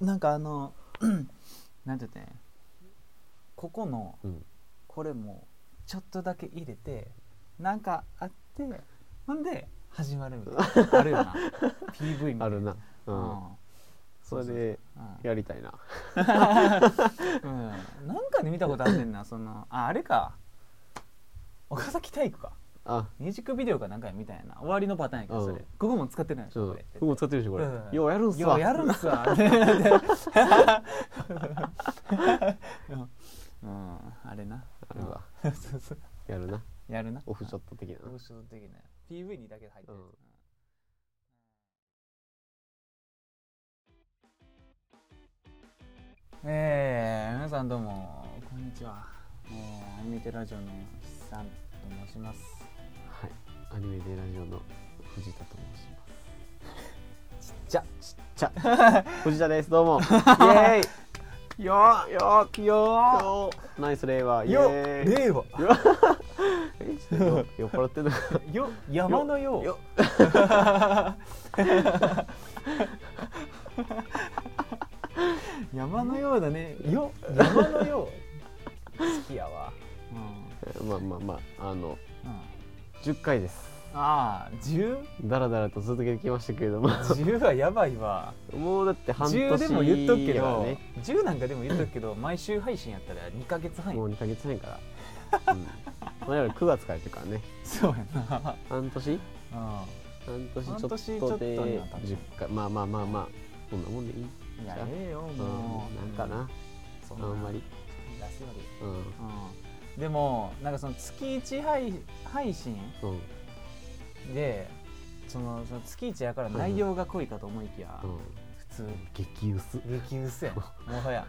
なんかあの なんて言ってねここのうんこれもちょっとだけ入れてなんかあってほんで始まるみたい なあるよな PV みたいなあるな、ううんんそうれでそうそうやりたいなうん、うんなんかで見たことあんねんなそのああれか岡崎体育かあミュージックビデオかなんかやみたいな終わりのパターンやけどそれ、うんここも使ってないでしそょうこ僕も使ってるでしょこれ、うんようやるんすよわうやるんす わうん、あれなあるわうんそうそうやるなやるなオフショット的なオフショット的な PV にだけ入ってるやつ、うんえー、皆さんどうもこんにちは、えー、アニメテラジオの岸さんと申しますはいアニメでラジオの藤田と申しまちすっちゃちっ ちゃ藤田ですどうもイエーイよーよーよよーナイス令和イエよーイ令和えちょっとよ酔っ払ってるよ山のようよ 山のようだねよ山のよう好きやわ、う まあまあまああのんうん、 10回ですああ10だらだらと続けてきましたけれども 10はやばいわもうだって半年10でも言っとくけやからど、ね10なんかでも言っとくけど毎週配信やったら2ヶ月半やもう2ヶ月前から、うん、我々9月からやってるからねそうやな、半年う半年ちょ半年ちっょっととにでは経つ10回まあまあまあまあこんなもんでいいん、いやじゃあええようんもう、なんかなそあんなんまり出すよりうんうんでもなんかその月1配配信うんでそのその月1やから内容が濃いかと思いきや、うん普通激薄激薄やんもは や、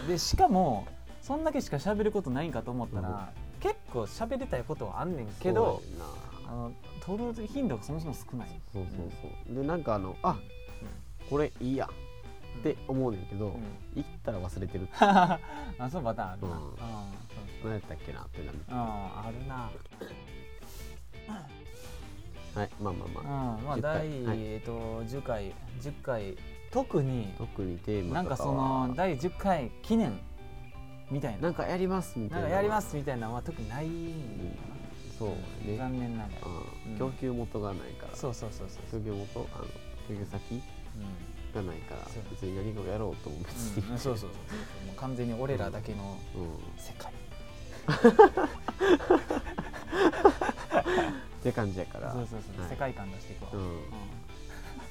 うん、でしかもそんだけしか喋ることないんかと思ったら、結構喋りたいことはあんねんけどそうやなあの撮る頻度がそもそも少ないそうそうそうでなんかあのあこれいいやって思うねんけうどん行ったら忘れてるあそうパターンあるな、うんうんそう何やったっけなってなるうんあるなはいまあまうあんまあまあ10回第、はいえっと10回10回特に特にテーなマんとかかそはの第10回記念みたいななんかやりますみたないんなかやりますみたいなのは特にないうんそうね残念ながらうんうん供給元がないからそうそうそうそうそ供う、給元あの供給先うがないからそう別に何かをやろうとも別ん うん、にそうそうそうそうもう完全に俺らだけのうん世界、って感じやからそうそうそう、はい世界観出していこう、うう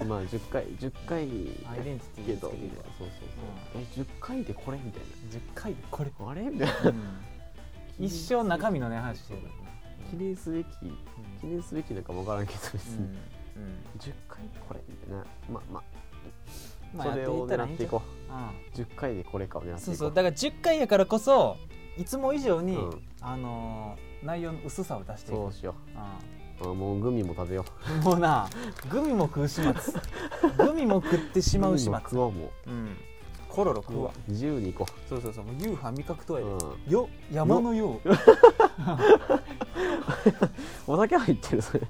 んんまあ10回10回アイデンティティけ見つどけていみこたいなそうそうそうえ10回でこれみたいう10回でこれ、なあれみたいなうん一生中身のね話してるからね記念すべき記うん念すべきなんかわからんけど別う にんうん10回これみたいなまあままああそれをや狙っていこいんちゃうう10回でこれかを狙うんってそういこそううだから10回やからこそいつも以上に、うんあのー内容の薄さを出していくそうしようんうあもうグミも食べようもうなグミも食う始末 グミも食ってしまう始末グミも食おうもううんコロロ食うわ自由に行こそうそうそうもう UFO 味覚とう、はうやんで、よ山のようお酒入ってるそれちょっ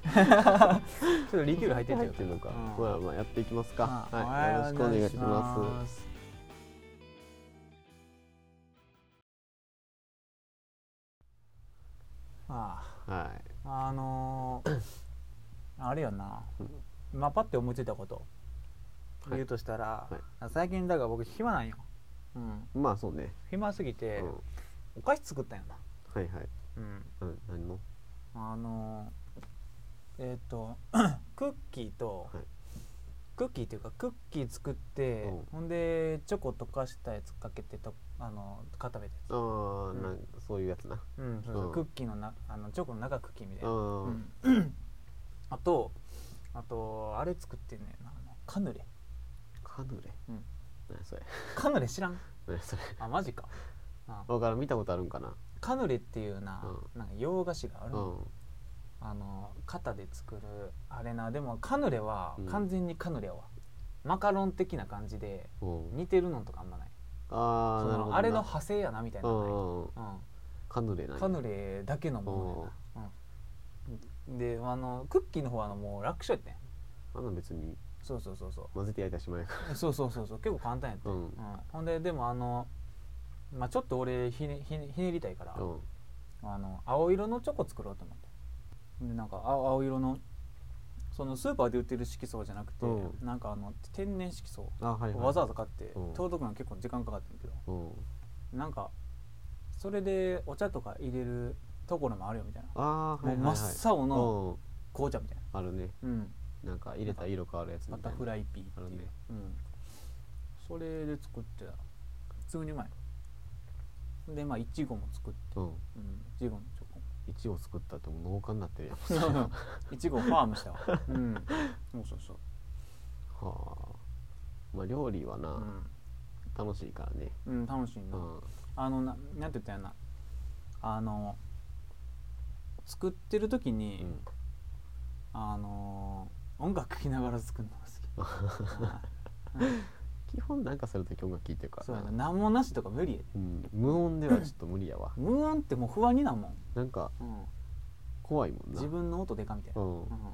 とリキュール入ってて 入っよてるのか、うんまあまあやっていきますかあ、はい、よろしくお願いしますあすはああのーあれよなまあパッて思いついたことはい言うとしたら、は最近だから僕暇なんよ、うん、いまあそうね、暇すぎて、うん、お菓子作ったんやなはいはい、うんうん、何のあのーえっ、と クッキーと、はいクッキーっていうかクッキー作ってうんほんでチョコ溶かしたやつかけてとあの固めてあー、なんそういうやつなうんそうそう、うんクッキーのなあのチョコの中クッキーみたいあな、ー、うんあとあとあれ作ってんねんなあのカヌレカヌレ、うん何それ カヌレ知らん何それあマジかあ分からん見たことあるんかなカヌレっていうな,、なんか洋菓子があるうの、んあの肩で作るあれなでもカヌレはうん完全にカヌレは、マカロン的な感じでうん似てるのとかあんまないそああなるほどのなあれの派生やなみたいなうのないんうんうんカヌレう、なんんカヌレだけのものやな、うん、であのクッキーの方はあのもう楽勝やってんあんなん別にそうそうそうそう混ぜて焼いたらしまいやかそうそうそうそう結構簡単やった、らううんんほんででもあの、まあ、ちょっと俺ひねひねひねりたいから、うんあの青色のチョコ作ろうと思ってでなんか青青色のそのスーパーで売ってる色素じゃなくて、うんなんかあの天然色素あはいはいをわざわざ買って、うん届くの結構時間かかってんけどうんなんかそれでお茶とか入れるところもあるよみたいな、あーはいはいはいもう真っ青のうん紅茶みたいなあるねうんなんか入れたら色変わるやつみバたタいなフライピーってあいるう、ねうん、それで作ってた普通にうまいでまあいちごも作ってうんうんいちごのチョ コもいちご作ったってもう農家になってるやんいちごファーム したわ。うん。そうそうそう。はあまあ料理はな、楽しいからねうん、うん、楽しいな。うんあのな、なんて言ったんやな。あの。作ってる時に、あのー音楽聴きながら作るのが好 き。あ基本なんかするとき音楽聴いてるかーそうらやなな、何もなしとか無理やで。うん、無音ではちょっと無理や わ無音ってもう不安になんもん。なんかうん、怖いもんな自分の音でかみたいうんな。も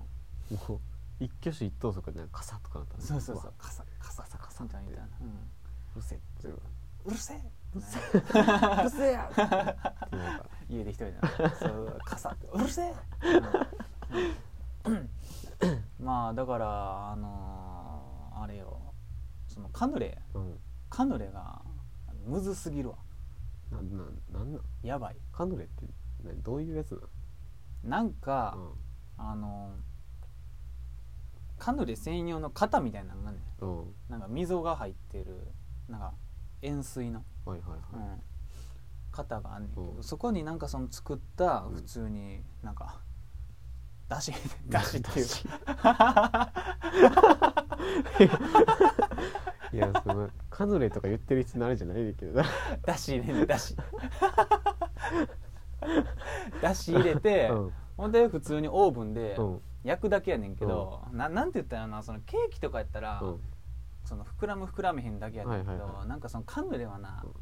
うん。う一挙手一投足でなんかカサッとかなったらそうそうそうわ。カサカサカサカサみたいな。うんうるせえってなるうるせえ。うるせえ。うるせえやってなるか 家で一人でなそう傘ってうるせえ、うんうんまあだからあのーあれよそのカヌレらうんカヌレがむずすぎるわなんなんなんなんやばいカヌレって何どういうやつなんなかの、あのーカヌレ専用の型みたいなのがねんうんうんなんか溝が入ってるなんか円錐の、はいはいうんはい、型があんねんけど、うんそこになんかその作ったうん普通になんか、だ しだしっていうかいやそのカヌレとか言ってる必要あれじゃないけどなだし 入れるだし だし入れて、うんほんで普通にオーブンでうん焼くだけやねんけど、ななんて言ったらいいのかなそのケーキとかやったら、うんその膨らむ膨らめへんだけやねんけど、はいはいはなんかそのカヌレはな、うん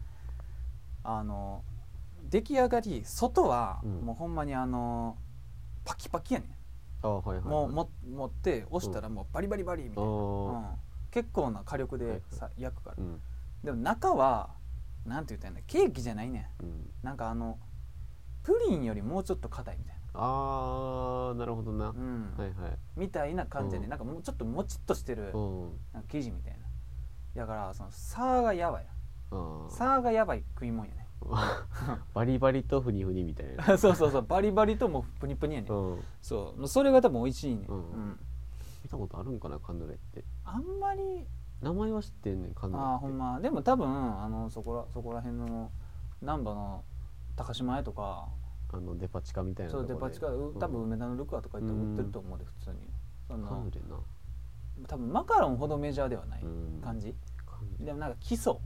あの出来上がり外はうんもうほんまにあのパキパキやねん、あはいはいはいもうも持って押したらもうバリバリバリみたいな、うんあ結構な火力でさ焼くからーうんでも中はなんて言ったらいいのケーキじゃないねんうんなんかあのプリンよりもうちょっと硬いみたいあーなるほどな、な、うんはいはいみたいな感じで、うんなんかもうちょっともちっとしてるうんなんか生地みたいなだからその差がやばいあー差がやばい食い物やね バリバリとフニフニみた いなそうそうそうバリバリともうプニプニやね、うん見そうもうそれが多分美味しいね、うんうんたことあるんかなカヌレってあんまり名前は知ってんねんカヌレってああほんまでも多分あのそこらそこら辺の難波の高島屋とかあのデパ地下みたいなとそこうでデパ地下ううん多分梅田のルクアとか行って売ってると思うで普通にそんなカヌレな多分マカロンほどメジャーではないうん感じ、カヌレでもなんか基礎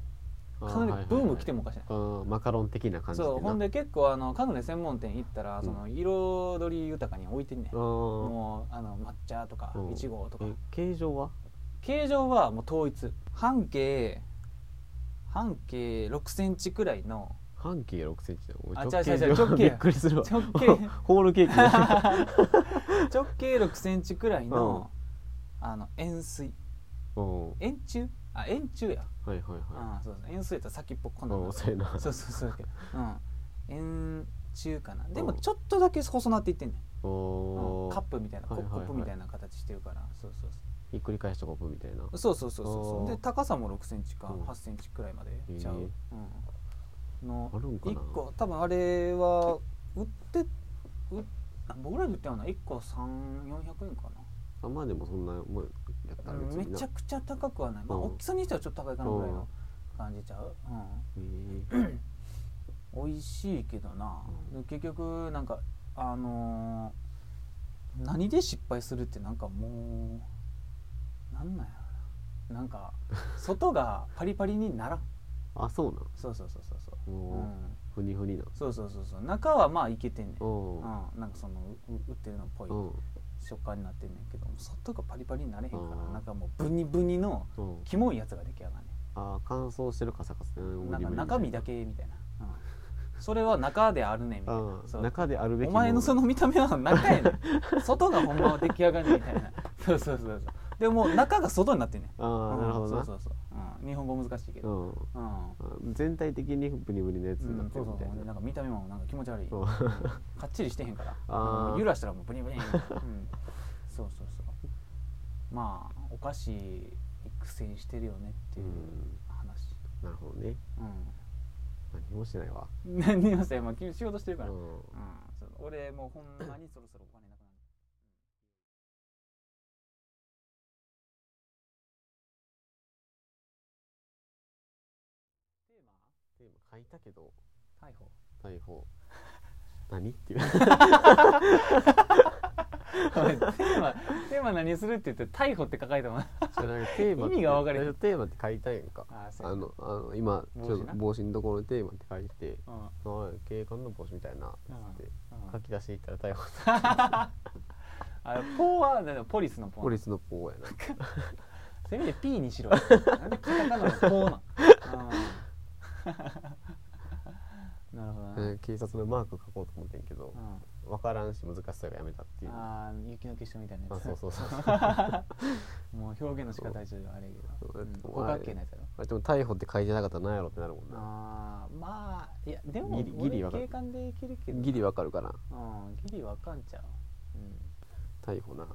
あーカヌレはいはいはいブーム来てもおかしない,、うんマカロン的な感じでなそうほんで結構あのカヌレ専門店行ったらうんその彩り豊かに置いてんね、あん、ーもうあの抹茶とかうんいちごとかえ形状は形状はもう統一半径半径6センチくらいの半径6センチだよおいあ違直う径違う違う状直径びっくりするわ直径 ホールケーキあ 直径6センチくらいの、あの円錐うん は円柱あ円柱や、いはいはうんそうそう円錐やったら先っぽこいんなうんのそうやなそうそうそうやけどうん円柱かなでもうんちょっとだけ細なっていってんねんうおんーカップみたいなコはいはいはいップみたいな形してるからそうそうそうひっくり返したコップみたいなそうそうそうそうおーで高さも6センチかうん8センチくらいまでちゃう、へえうん、のあるんかな1個多分あれは売ってう何本ぐらいで売ったような1個3400円かあまあでもそんなもんやったなら別めになちゃくちゃ高くはない、まあ、うん大きさにしてはちょっと高いかなぐらいの感じちゃう、へーうん、美味しいけどな、うんで結局なんかあのー何で失敗するってなんかもうなんなんやろななん か外がパリパリにならんあそうなんそうそうそうそうそうおうーん、ふにふになそうそうそうそう中はまあいけてんねん、ううんうんん、なんかそのうう売ってるのっぽいうん食感になってんねんけど外がパリパリになれへんから、うんなんかもうブニブニのうんキモいやつが出来上がるあー乾燥してるカサカサねんななんか中身だけみたいな、うん、それは中であるねんみたいな、そう中であるべきお前のその の見た目は中やねん外がほんまは出来上がるみたいなそうそうそうそうでも中が外になってんねんああなるほどうなんそうそうそう、うん、日本語難しいけどうんうん全体的にブニブニのやつうになんってそうそるうみたいそうなんか見た目もなんか気持ち悪い、うんかっちりしてへんからあーうん揺らしたらもうブニブニ、うん、そうそうそうまあお菓子苦戦してるよねっていう話 ななるほどねう何もしてないわん、 何をしたよ、まあ、君仕事してるうから、うんんそう俺もうほんまにそろそろお金なくなるテーマテーマ書いたけど逮捕逮捕何っていう お いテーマテーマ何するって言って逮捕って書かれてもなそれなんかテーマって意味が分かれへん最初テーマって書いたやんかあーそうやあのあの今帽子ちょっなと帽子のところにテーマって書いてうんうん「おい警官の帽子みたいな」つってうん書き出していったら逮捕さあれポーはだからポリスのポーポリスのポーやな せめて P にしろよなんでカタカナのポーなんうんなるほどうね、ん警察のマーク書こうと思ってんけどうん分からんし難しさがやめたっていうあああ雪の結晶みたいなやつそうそうそう もう表現の仕方はちょっとあれやけそうど、だうっん、て五角形のやつやろあでも逮捕って書いてなかったらなんやろってなるもんなあーまあいやでもギリギリわかる俺警官でいけるけどなギリわかるかなうんギリわかんちゃう、、逮捕な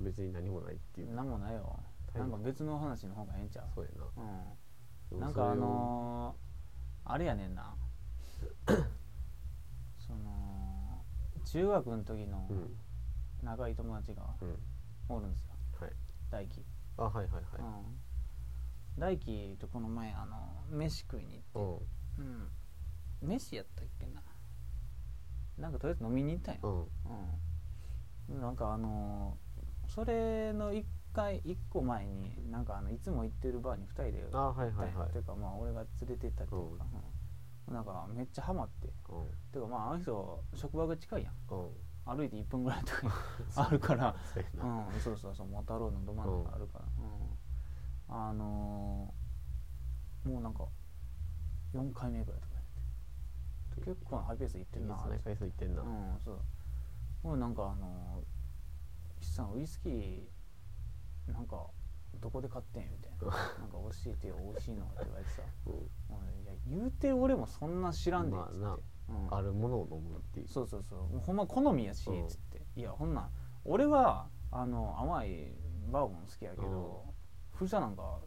別に何もないっていううんなんもないよ逮捕なんか別の話の方がええんちゃそうやなう、うでん、もなんかあのー、あれやねん なその中学の時のそれをうん長い友達がうんおるんですよはい大輝あはいはいはいうん大輝とこの前あの飯食いにう行って、んうん、飯やったっけななんかとりあえず飲みに行ったんよ、うんうん、なんかあのーそれの1回1個前になんかあのいつも行ってるバーに2人で行ったんよあはいはいはいていうかまあ俺が連れて行ったっていうか、うんなんかめっちゃハマってうんうんていうかまああの人職場が近いやん歩いて1分ぐらいのとこに あるから そうやなうん、そうそうそう、もう太郎のど真ん中あるから。うんあのーもうなんか、4回目ぐらいとかやって結構なハイペースでいっているいなやぁつね回数いってんなう、うんそう。もうなんかあのー、岸さんウイスキー、なんか、どこで買ってんよみたいな。なんか教えてよ、美味しいのって言われてさ。んうんいや、言うて俺もそんな知らんでっつって。まあうんあるものを飲むっていうそうそうそうもうほんま好みやし、うんつっていやほんなん俺はあの甘いバーボン好きやけど、藤田なんか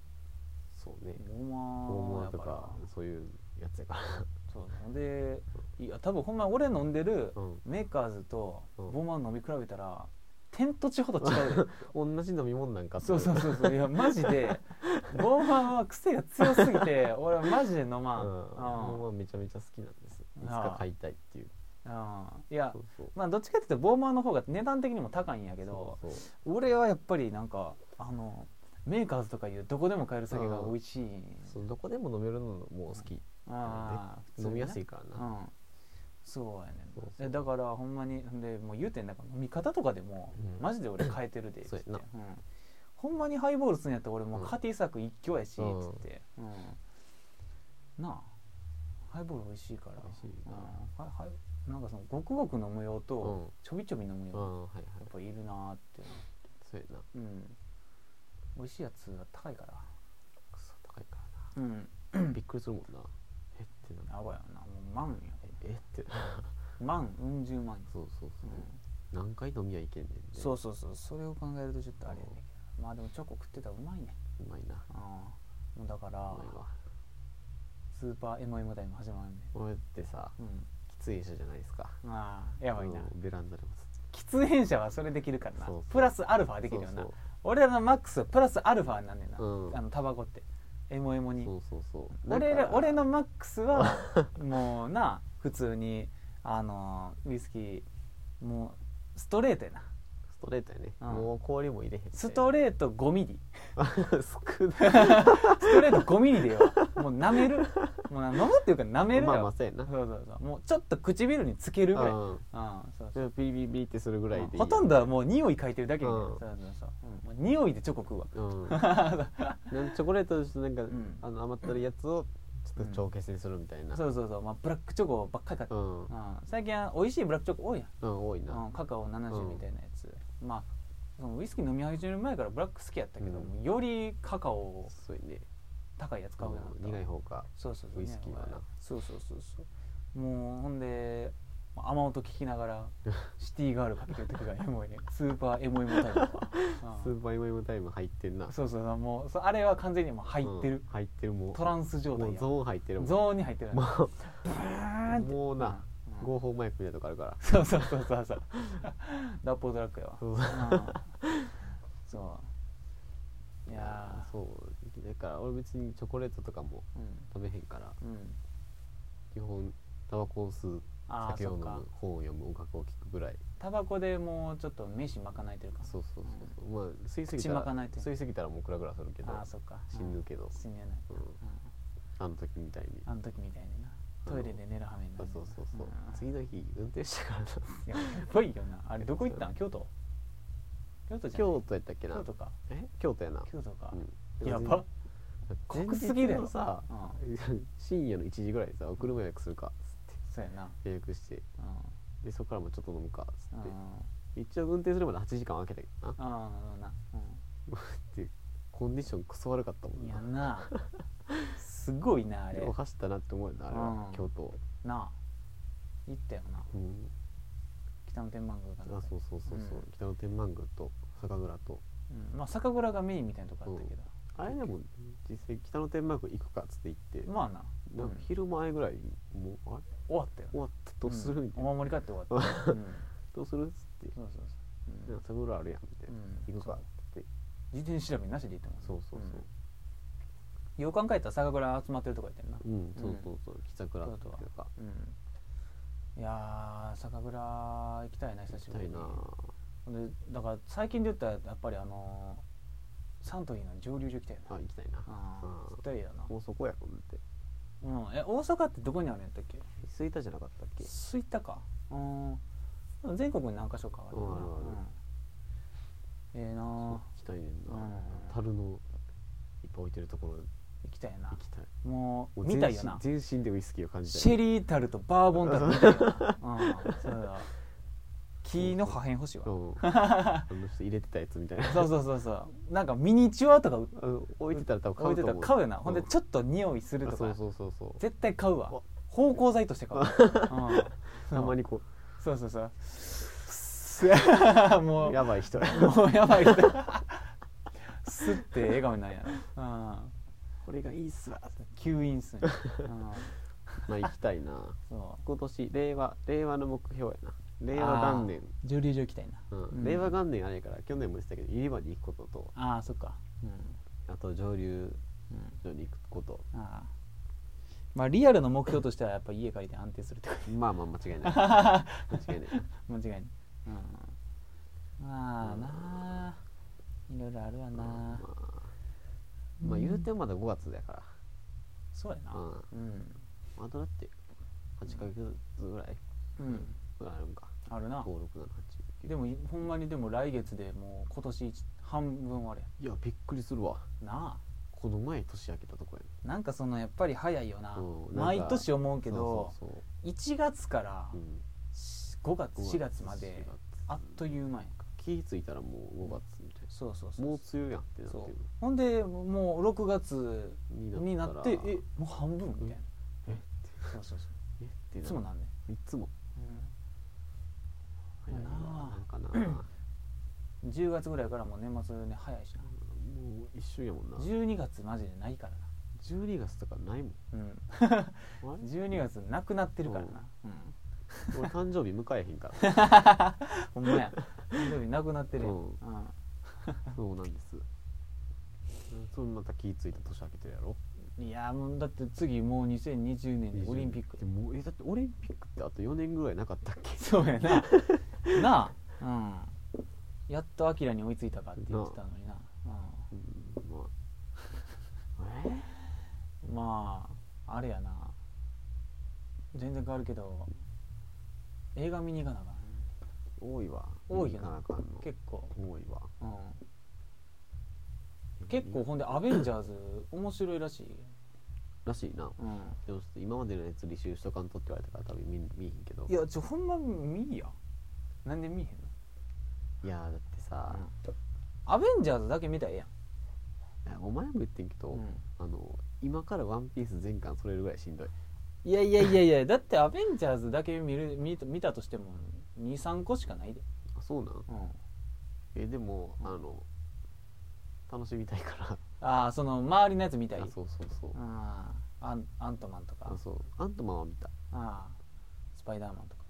そうね大間大や物かとらかそういうやつやから そうほんでいや多分ほんま俺飲んでるうんメーカーズとうんボーマン飲み比べたら天と地ほど違うで同じ飲み物なんかっ てそうそうそうそういやマジでボーマンは癖が強すぎて俺はマジで飲うまん、ん僕うんはめちゃめちゃ好きなんですいつあかあ買いたいっていううんいやそうそうまあどっちかっていうとボーマンの方が値段的にも高いんやけどそうそう俺はやっぱりなんかあのメーカーズとかいうどこでも買える酒が美味しいそうどこでも飲めるのも好きああ飲みやすいかからうなんそうやねんそうそうえだからほんまにんでもう言うてんだから飲み方とかでも、うんマジで俺変えてるでそうやなつってうんほんまにハイボールすんやったら俺もううんカティ作一挙やし、うんつって、うんなあハイボール美味しいから美味しいなうんははい、なんかそのごくごく飲む用うとんちょびちょび飲むう用、んはいはいやっぱいるなーってそうやなうん美味しいやつは高いからクソ高いかうんらなびっくりするもんなえってなやばいよなもう万よえってな万うん十万よ、そうそううそんう何回飲み屋いけんねんねそうそうそうそれを考えるとちょっとあれやねんけどまあでもチョコ食ってたらうまいねうまいなああだかうらまいわスーパーエモエモタイム始まるね俺ってさうん喫煙者じゃないですかああやばいな、うんベランダでもずっと喫煙者はそれできるからなそうそうプラスアルファできるよなそう俺らのマックスはプラスアルファになんねんな、うんあのタバコってエモエモにそうそうそう俺ら俺ののマックスは もうな普通にあのウイスキーもうストレートやなストレートやねうんもう氷も入れへんストレート5ミリ 少ないストレート5ミリでよもう舐めるもうな飲むっていうか舐めるよ、まあまあそうやなそうそうそうもうちょっと唇につけるぐらい、うんうんそうでもピリピリピリってするぐらいでいいほとんどはもう匂い嗅いてるだけみたいな、うんそうそうそう、うんもう匂いでチョコ食うわ ど、うん、なんかチョコレートとしてなんか、んあの余ったるやつをちょっと帳消しにするみたいな、うんそうそうそう、まあ、ブラックチョコばっかり買って、ううんん最近は美味しいブラックチョコ多いやん多いな、うん、カカオ70みたいなやつ、まあそのウイスキー飲み始める前からブラック好きやったけど、うんもうよりカカオそうやね高いやつ買うようになった苦い方かそうそうそうウイスキーはなねそうそうそうそうもうほんで雨音聞きなが らシティガールかけてる時がエモいねスーパーエモエモタイムか、スう、ーパーイモイモタイム入ってんなんそうそうそうもうそうあれは完全にもう入ってうるん、入ってるもうトランス状も態うやゾーン入ってるもんゾーンに入ってるもブうーンって もうな、うん合法麻薬みたいなとこあるからそうそうそうそうそう脱法ドラッグやわそううんそういやそうだから俺別にチョコレートとかもー食べへんからうんうん基本タバコを吸うああ酒そを飲っかむ本を読む音楽を聴くぐらいタバコでもうちょっと飯まかないてるかそうそうそうそうまあ吸いすぎ口たまらかないと吸いすぎたらもうグラグラするけどああそっか死ぬけど、死ねない、うんうあの時みたいにん、あの時みたいになあのトイレで寝るはめになそうるそうそうそう、ん次の日運転したからないややばいよなあれどこ行ったん京都京都じゃない京都やったっけな京都かえ京都やな京都か、うんやば前日濃すぎだよのさう深夜の1時ぐらいでさ車予約するかっつっそうやなて予約してうでそこからもちょっと飲むかっつんっうてん一応運転するまで8時間空けたけどなああな、コンディションクソ悪かったもうんん、いやななすごいなあれよう走ったなって思うよなあれはうん京都なあ行ったよなうん北の天満宮かなあそうそうそうそううん北の天満宮と酒蔵とうん、まあ酒蔵がメインみたいなとこあったけど、あれでも実際北の天満宮行くかっつって行ってまあななんかうん昼前ぐらいにもうあれ終わったよ終わったどうするみたいなうんお守り買って終わった、うん、どうするっつってそうそうそう、なんか酒蔵あるやんみたいなうん行くかっそうつって自転調べなしで行ったもんそうそうそううんよう考えたら酒蔵集まってるとこやったよなうん、そうそうそう、喫茶倉京都とはか。うんいやー酒蔵行きたいな久しぶ行きたりいにな。でだから最近で言ったらやっぱりあのーサントリーの蒸留所行きたいよあ、な行きたいな。あうん行きたいよなもうそこやと思って。うん、え大阪ってどこにあるんやったっけスイタじゃなかったっけ。吹田かうんでも全国に何か所かあるよなうんあるあるうんええな行きたいねんなうん。樽の。いっぱい置いてるところ行きたいな行きたい。もうもう見全たいよな身全身でウイスキーを感じたい。シェリータルとバーボンタル見たいよな、うん、そうだ木の破片欲しいわ うん。あの人入れてたやつみたいな。そうそうそうそうなんかミニチュアとか売っあの置いてたら多分置い買うてとた思らう。買うよな、ほんでうちょっと匂いするあとそうかそうそうそう。絶対買うわわ芳香剤として 買うわ、うん、たまにこそうそうそうすもううやばい人や。もうやばい人すって笑顔になるやな、うん、 これがいいっすわ。吸引すんや、うん、まあ行きたいな。そ今年令和令和の目標やな。う令和元年。あー蒸留所行きたいな、うんうん令和元年あれやから去年も言ってたけど入り場に行くこととああそっかうん、あと上流うん、所に行くことああまあリアルの目標としてはやっぱ家借りて安定するってこまあまあ間 違いない間違いないと 間違いない、うん、まあなあいろいろあるわなまあ、まあ言うてもまだ5月だかそうやなら、うんうんあとだって8ヶ月ぐらいうんぐらいあるんかあるな5678でもほんまにでも来月でもう今年一半分終わるいやびっくりするわやんなあこの前年明けたとこやねなんかそのやっぱり早いよなうんなんか毎年思うけどそうそう1月からそう、うん、 5月五4月まで四月あっという間やんか気付いたらもう5月みたいそうそうそなうもう梅雨やんってなってそるうほんでもう6月になってたらえもう半分みたいなえってそうそうそえっうているつもなんねん、いつも早いなわあなんかなもうん、10月ぐらいからもう年末ね早いしなう一瞬やもんな12月マジでないから12月とかないもんなうんあれ12月なくなってるからな、うん俺誕生日迎えへんからほんまや誕生日なくなってるやん、うんうんそうなんですそれまた気ぃ付いた年明けてるやろいやもうだって次もう2020年でオリンピックでもえだってオリンピックってあと4年ぐらいなかったっけそうや ななあ、うん、やっとアキラに追いついたかって言ってたのにな、うんまあえうん、まああれやな全然変わるけど映画見に行かなあかん 多いわ多いよ行かななあかんの結構、多いわうん、結構ほんで「アベンジャーズ」面白いらしい、らしいなうん、でもちょっと今までのやつ履修しとかんとって言われたから多分見見えへんけどいやちょほんま見いやなんで見えへんのいやーだってさ、アベンジャーズだけ見たらええやん、いやお前も言ってんけど、うんあの今から「ワンピース全巻それるぐらいしんどいいやいやいやいやだってアベンジャーズだけ見る見た見たとしても23個しかないで、あそうなんうん、えでも、うんあの楽しみたいからああその周りのやつ見たいあそうそうそう、あアンアントマンとかあそうアントマンは見たああスパイダーマンとか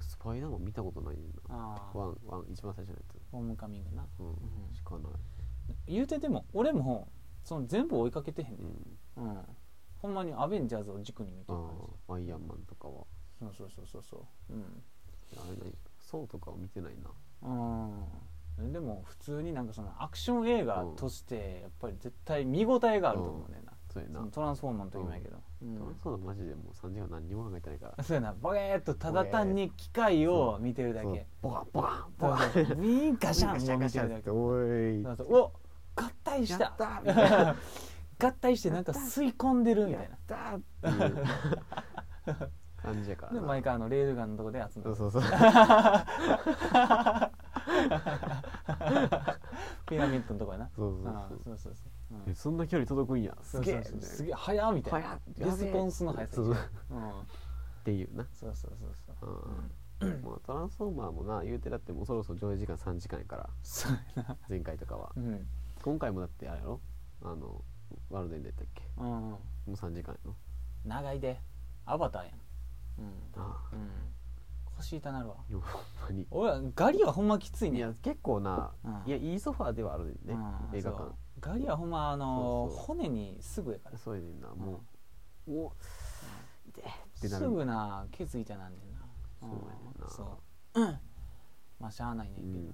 スパイダーマン見たことないねんなああワンワン一番最初のやつホームカミングなうん、んしかない言うてでも俺もその全部追いかけてへんうね、んうんほんまにアベンジャーズを軸に見てある感ーアイアンマンとかはじそうそうそうそうそううんあれないそうとかは見てないなうんでも普通になんかそのアクション映画としてやっぱり絶対見応えがあると思うねんな、そうやな、そのトランスフォーマーの時もやけど、うん楽しそうだマジでもう3時間何にも考えてないからそうやなボケーっとただ単に機械を見てるだそうけボカンボカンそうボカンそうビーンガシャンガシャンガ見シてャるンだっけておいそうそうお合体しやたったーみたいな 合体してなんか吸い込んでるみたいやなったーっていう感じやからでな毎回あのレールガンのとこで集まそうるそうそう ピラミッドのとこやなそうそうああそうそうそうそううんえそんな距離届くんやすげえそうそうそうすみげえ早っみたたいいななレスポンスの速さそうそうっうんていうなそうそうそうそううんうんもうトランスフォーマーもな言うてだってもうそろそろ上映時間3時間やからそうやな前回とかはうん今回もだってあれやろあのワールドエンドやったっけうんもう3時間やろ長いでアバターやんうんなあうん腰痛なるわいやほんまに俺はガリはほんまきついいねや結構なうんいやいいソファーではあるねんねうん映画そ館うガリはほんまあのそうそう骨にすぐやからそうやねんなもうお痛えってなするぐな血痛なんねんなそうやねんんなそうまあしゃあないねんけど、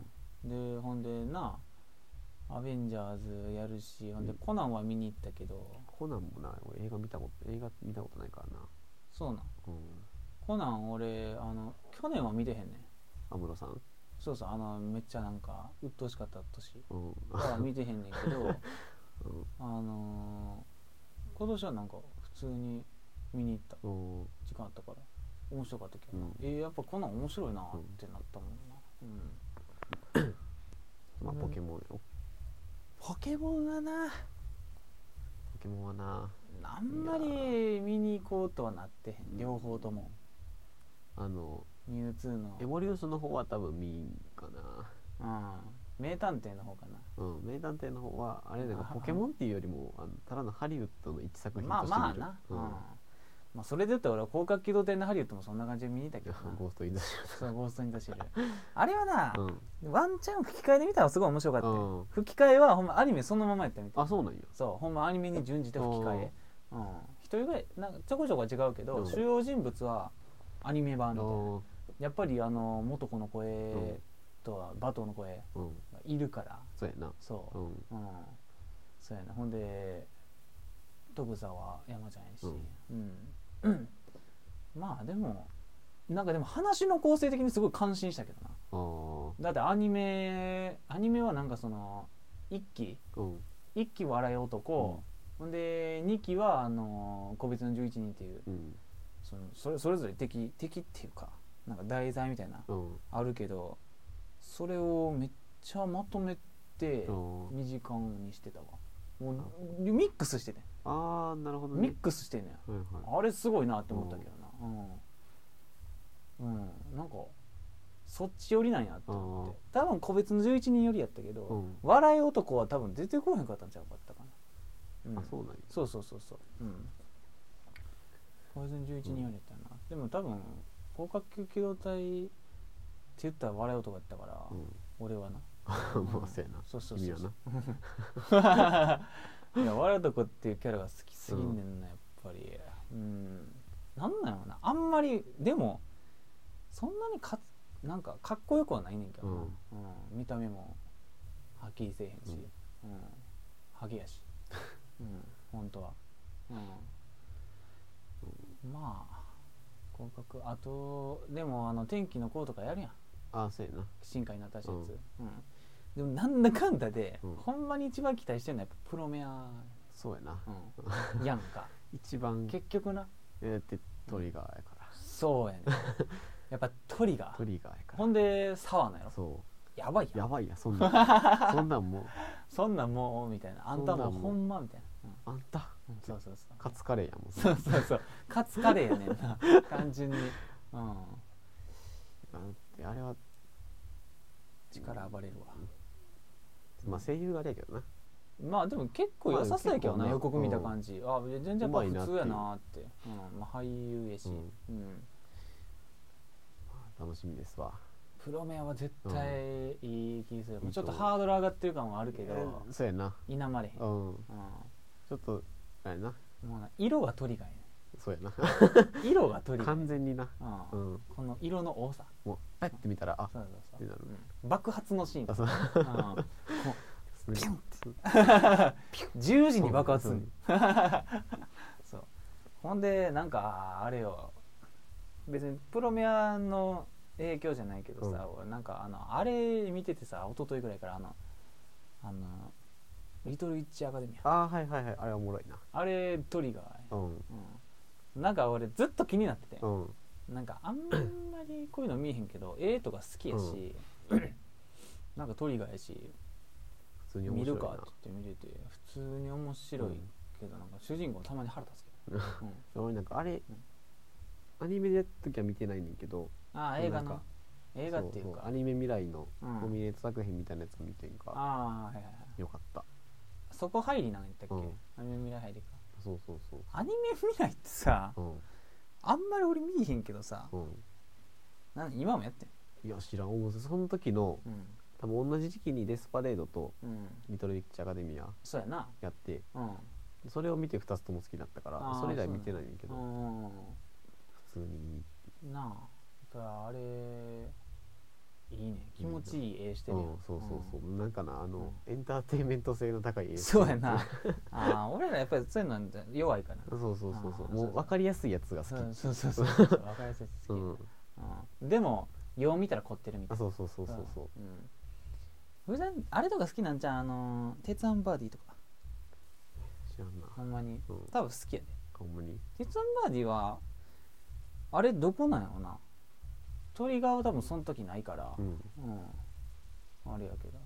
でほんでなアベンジャーズやるしほんでうんコナンは見に行ったけど、コナンもな俺映画見たこと映画見たことないからなそうなんうんコナン俺あの去年は見てへんねん安室さんそうそうあのめっちゃなんか鬱陶しかった年うんだから見てへんねんけ どうんあのー今年はなんか普通に見に行ったうん時間あったから面白かったけどな、うんえーやっぱコナン面白いなってなったもんな、うんまあポケモンよポポケモンはなケモンはなあんまり見に行こうとはなってへん両方ともあのミュウツーのエ、ボリューションの方は多分見んかなうん、名探偵の方かなうん名探偵の方はあれだかあはポケモンっていうよりもあのただのハリウッドの一作品まあとしてまあ見るな、うんまあ、それで言ったら俺は広角機動隊のハリウッドもそんな感じで見に行ったけどうんなゴーストインザそうゴーストに出してる あれはな、うんワンチャン吹き替えで見たらすごい面白かったよ、うん吹き替えはほんまアニメそのままやったみたいあそうなんやそうほんまアニメに準じて吹き替えうん一人ぐらいなんかちょこちょこは違うけど、うん主要人物はアニメあ版みたいなのやっぱりあの元子の声うんとは馬頭の声うんがいるからそうやなそうう、んうん、そうやなほんで徳沢山ちゃんやし、うんうんまあでもなんかでも話の構成的にすごい感心したけどなあーだってアニメアニメはなんかその1期うん1期笑い男、ほんで2期はあの個別の11人っていううんそのそれそれぞれ敵敵っていうかなんか題材みたいなうんあるけどそれをめっちゃまとめてうん2時間にしてたわもうミックスしててああなるほどミねックスしてんねはいはいんあれすごいなって思ったけどなうん、うん、なんかそっち寄りなんやって思って多分個別の11人寄りやったけど、うん笑い男は多分出てこへんかったんちゃうかったかな、うん、あそうなんやそうそうそうそううん個別の11人寄りやったよな、でも多分広角機動隊って言ったら笑い男やったから、う俺はなん まあそうやなそうそうそうそう君はないや笑うとこっていうキャラが好きすぎんねんなやっぱりうんなんなんやろなあんまりでもそんなにかなんかかっこよくはないねんけどな、うん見た目もはっきりせえへんし、うんハゲや し、うん、本当は、うん、まあ広角あとでもあの天気の子とかやるやんああそうやな進化になったやつ、ううんんでもなんだかんだで、うんほんまに一番期待してるのはやっぱプロメア、そうやなうん、やん か一番結局なえーってトリガーやから そうやねんやっぱトリガトーリガーやかほんでサワーなんやらろそやばいややんばいやそんなん そんなんもうそんなんもうみたいなあんたもうそんなんもうほんまみたいな、あんたうんうんそうそうそうカツカレーやもんそうそうそうカツカレーやねんな単純に、うん、ああれは、力暴れるわまあ、声優があれやけどなまあでも結構良さそうやけどな、まあ予結構告な見た感じ、あ全然やっぱうま普いなって通いうやなってうん、まあ、俳優やし、ううんん楽しみですわプロメアは絶対いい気する、うんちょっとハードル上がってる感はあるけど、えーそうやな否まれへん、ううんんちょっとあれなもうな色がトリガーやそうやねん色がトリなガー、完全になううんんこの色の多さもうパッて見たらあそうそうっそてうなるうん爆発のシーンあとそうか、うんピュンって10時に爆発すんねん そうほんでなんかあれよ別にプロメアの影響じゃないけどさ、俺なんかあのあれ見ててさ一昨日ぐらいからあのあのリトルイッチアカデミア あーはいはいはいあれおもろいなあれトリガーやうんうん、なんか俺ずっと気になってて、うんなんかあんまりこういうの見えへんけど絵とか好きやし、なんかトリガーやし普通に面見白るいなかって言って見てて普通に面白いけど、なんか主人公たまに腹立つけど、 うん俺なんかあれうんアニメでやった時は見てないねんけどあー映画なんのか映画っていうそかそアニメ未来のうんノミネート作品みたいなやつ見てんあかあーはいはいはいよかったそこ入りなんやったっけ、うんアニメ未来入りかそうそうそうアニメ未来ってさうんあんまり俺見えへんけどさうんなん今もやってんいや知らん俺その時のうん多分同じ時期にデスパレードとうんリトル・ビッチ・アカデミアそうやなやってうんそれを見て2つとも好きだったからあーそれ以来見てないねんけどう普通にんなあだからあれいいね気持ちいい絵してうるんよ、そうそうそうう、なんかなあの、エンターテインメント性の高い映ん像そうやなあー俺らやっぱりそういうの弱いからそうそうそうそあうーもそうう分かりやすいやつが好きそうそうそうそう分かりやすいやつ好うき、んうんでもよう見たら凝ってるみたいなあそうそうそうそうそううんん普段あれとか好きなんじゃんあのー鉄腕バーディーとか知らんなほんまにうん多分好きやでほんまに鉄腕バーディーはあれどこなんやろなトリガーは多分その時ないからううん、んあれやけど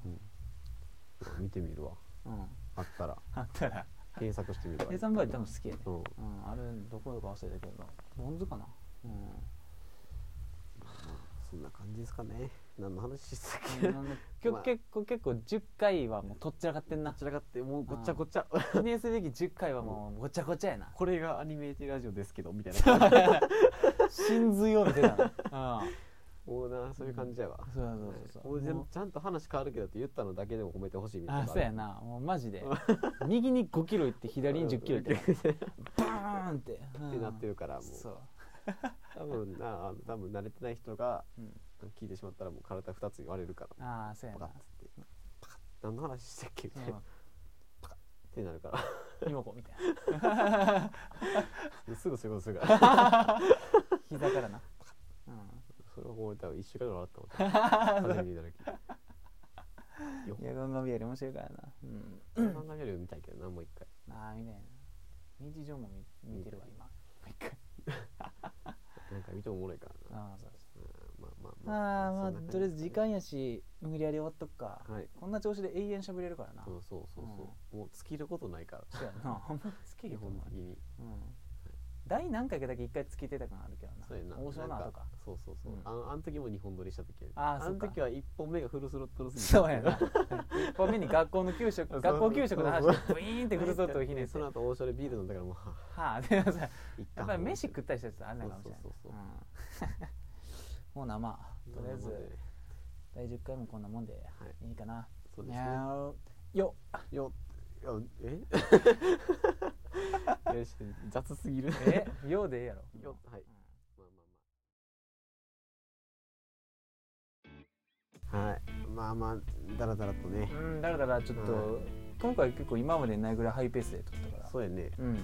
見てみるわうんあったらあったら検索してみるわ鉄腕バーディー多分好きやで、うんうん、あれどこか忘れたけどボンズかな うんそんな感じですかね何の話したっうけんどあのきょまあ結構結構10回はもうとっちらかってんなちらかってもうごっちゃごっちゃ記念すべき10回はもうごちゃごちゃやなこれがアニメーティラジオですけどみたいな感 じ真髄を見て たな、うんもうなそういう感じやわそうそうそうそう。もうちゃんもうちゃんと話変わるけどって言ったのだけでも褒めてほしいみたいなあ、そうやな。もうマジで。右に5キロ行って左に10キロ行 ってってバーンって。うんなってるからもそうう。多分なあの多分慣れてない人がうん聞いてしまったらもう体二つに割れるからああ、そうやパカッなつってパカッ何の話してっけみたいなっうてなるから ん。妹子みたいすぐそういうことするからな。膝からな。うそれはもう多分一週間ぐらい 笑ったもん初めて見た時ん。いや、ガンガンビアリ面白いからな。うん。漫画より見たいけどなもう一回ああ、みたいな。日常も見見てるわ、今。もう一回。なんか見てもおもろいからな ああ、そうそう。うんまあまあああ、まそあ、んな感じとりあえず時間やし、無理やり終わっとくか。はいこんな調子で永遠しゃべれるからな。そうそうそうそうもう尽きることないからそうや な。ほんまに好き基よ、ほんま本的に。にうん第何回かだけ一回つきてた感あるけどなそうやな王将のなん後かそうそうそううんあのあの時も日本撮りした時やあーあのそっ時かは一本目がフルスロットルすぎてそうや な一本目に学校の 給食そう学校給食の話そうでブイーンってフルソットをひねって そのは後王将でビール飲んだからもうあでもさや一っぱり飯食ったりしたやつあんないかもしれないそうそうそうそううん ほうなまあとりあえず第10回もこんなもんでいいかなそうですにねゃーよっよよ えいやちょっと雑すぎるえ よでええやろよはいうんまあまあまあはいまあまあだらだらとねうんだらだらちょっとは今回結構今までにないぐらいハイペースで撮ったからそうやねうん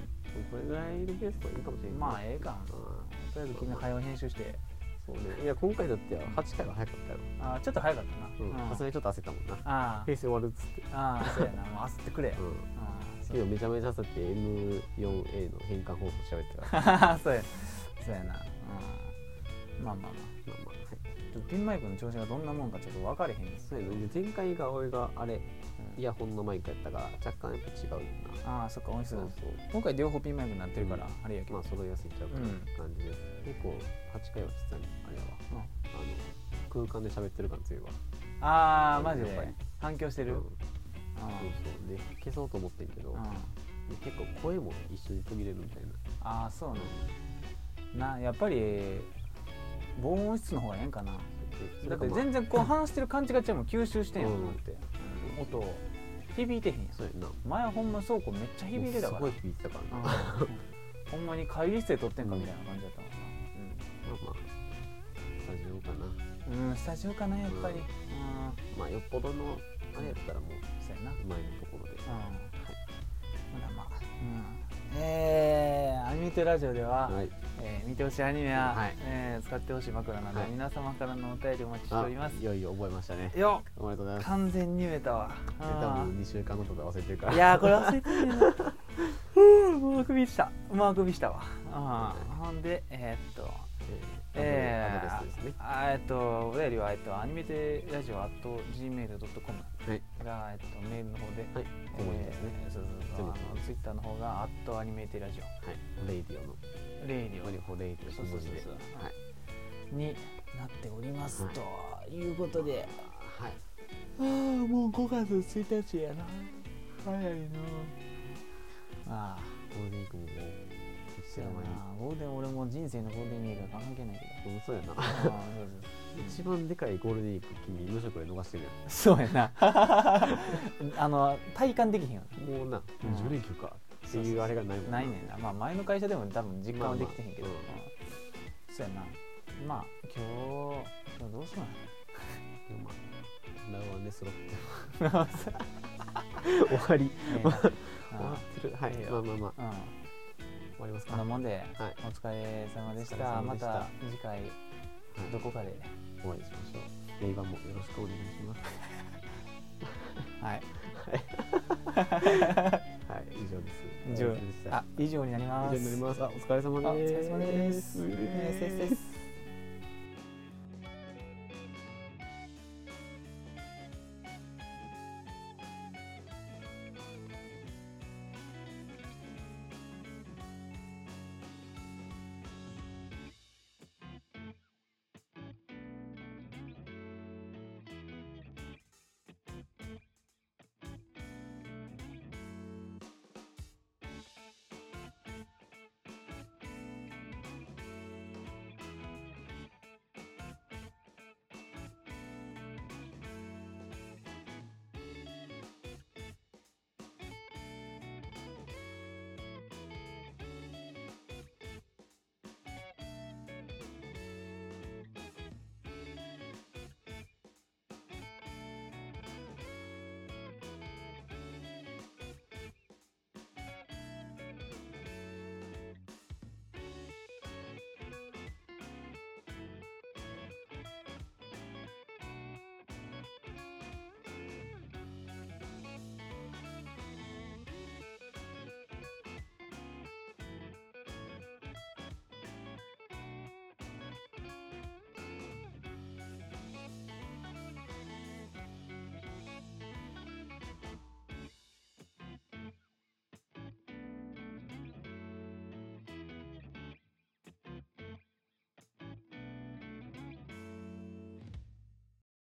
これぐらいのペースがいいかもしれないまあええかとりあえず君早う編集してそうねいや今回だって8回は早かったよあーちょっと早かったうんなさすがにちょっと焦ったもんなあペース終わるっつってあああそうやなもう焦ってくれよ、うんああそ昨日うめちゃめちゃ焦って M4A の変換方法調べてたからそうやそうやな、うん、まあまあまあまあまあはいちょっとピンマイクの調子がどんなもんかちょっと分かれへんですそうやねで前回が俺があれうんイヤホンのマイクやったから若干やっぱ違うよなああそっか音質そうそう今回両方ピンマイクになってるから、うあれやけど、まあ揃いやすいちゃうかなうんって感じです、結構8回は実際にあれやわ、あの空間で喋ってる感強いわああマジやっぱりで反響してうんる、そうあーそうで消そうと思ってんけどうんで結構声も一緒に途切れるみたいなああそうななやっぱり防音室の方がええんかなでだってなんかま全然こう話してる感じが違うもん吸収してんやもんうんだって、うん音を響いてへんやんあそうやんな前ほんま倉庫めっちゃ響いてたからすごい響いてたからな、うんまあほんまに会議室で撮ってんかみたいな感じだったもんなまあスタジオかなうん、うん、スタジオかなやっぱりううんんまあよっぽどのあれやったらもうそうやな前のところで、うんまだまあ、うん、えー、アニメテラジオでは、はいえー見てほしいアニメや、はいえー使ってほしい枕など、はい皆様からのお便りお待ちしておりますいよいよ覚えましたねよっおめでとうございます完全に言えたわで多分2週間後とか忘れてるかうんらいやーこれ忘れてるなふうもうあくびしたもうあくびしたわうんほんでえーっとええー、ーアドレスですね。あーえっとお便りは、えっと、アニメテラジオ at gmail.com はい。が、えっと、メールの方で、はい。コモリですね。えーそうそうそ全う部あのツイッターの方が at アニメテラジはい。レイディオの。オレイディオリホレイディオの文字で。はいそうそうそうそうオになっておりますということで、はあい。あもう5月1日やな早いなああゴールデンウィークももう、いつそうのや間に。なゴールデン俺も人生のゴールデンウィークが関係ないけどうんそうやな。ああそうそうそう一番でかいゴールデンウィーク、君、無職で逃してるや そうやな あの体感できへんよん。もうな、うん10連休か。ってそうそうそいううあれがないもんないねんなまあ前の会社でも多分実感はできてへんけど、まあうんそうやなまあ今日今日どうしよ でもまあ、ラウアンで揃って。うかな終わり。ええ終わなってる。はいいい。よまあまあまうあ、んうん終わりますこか。んなはい。もんではい。お疲れ様でしたお疲れ様までしたた次回どこかでお会いしましょう。レイバンもよろしくお願いします。はいはい。以上です。以上でしたあ以上になります以上になります。あお疲れ様あおで疲す。れ様です。うえーですですです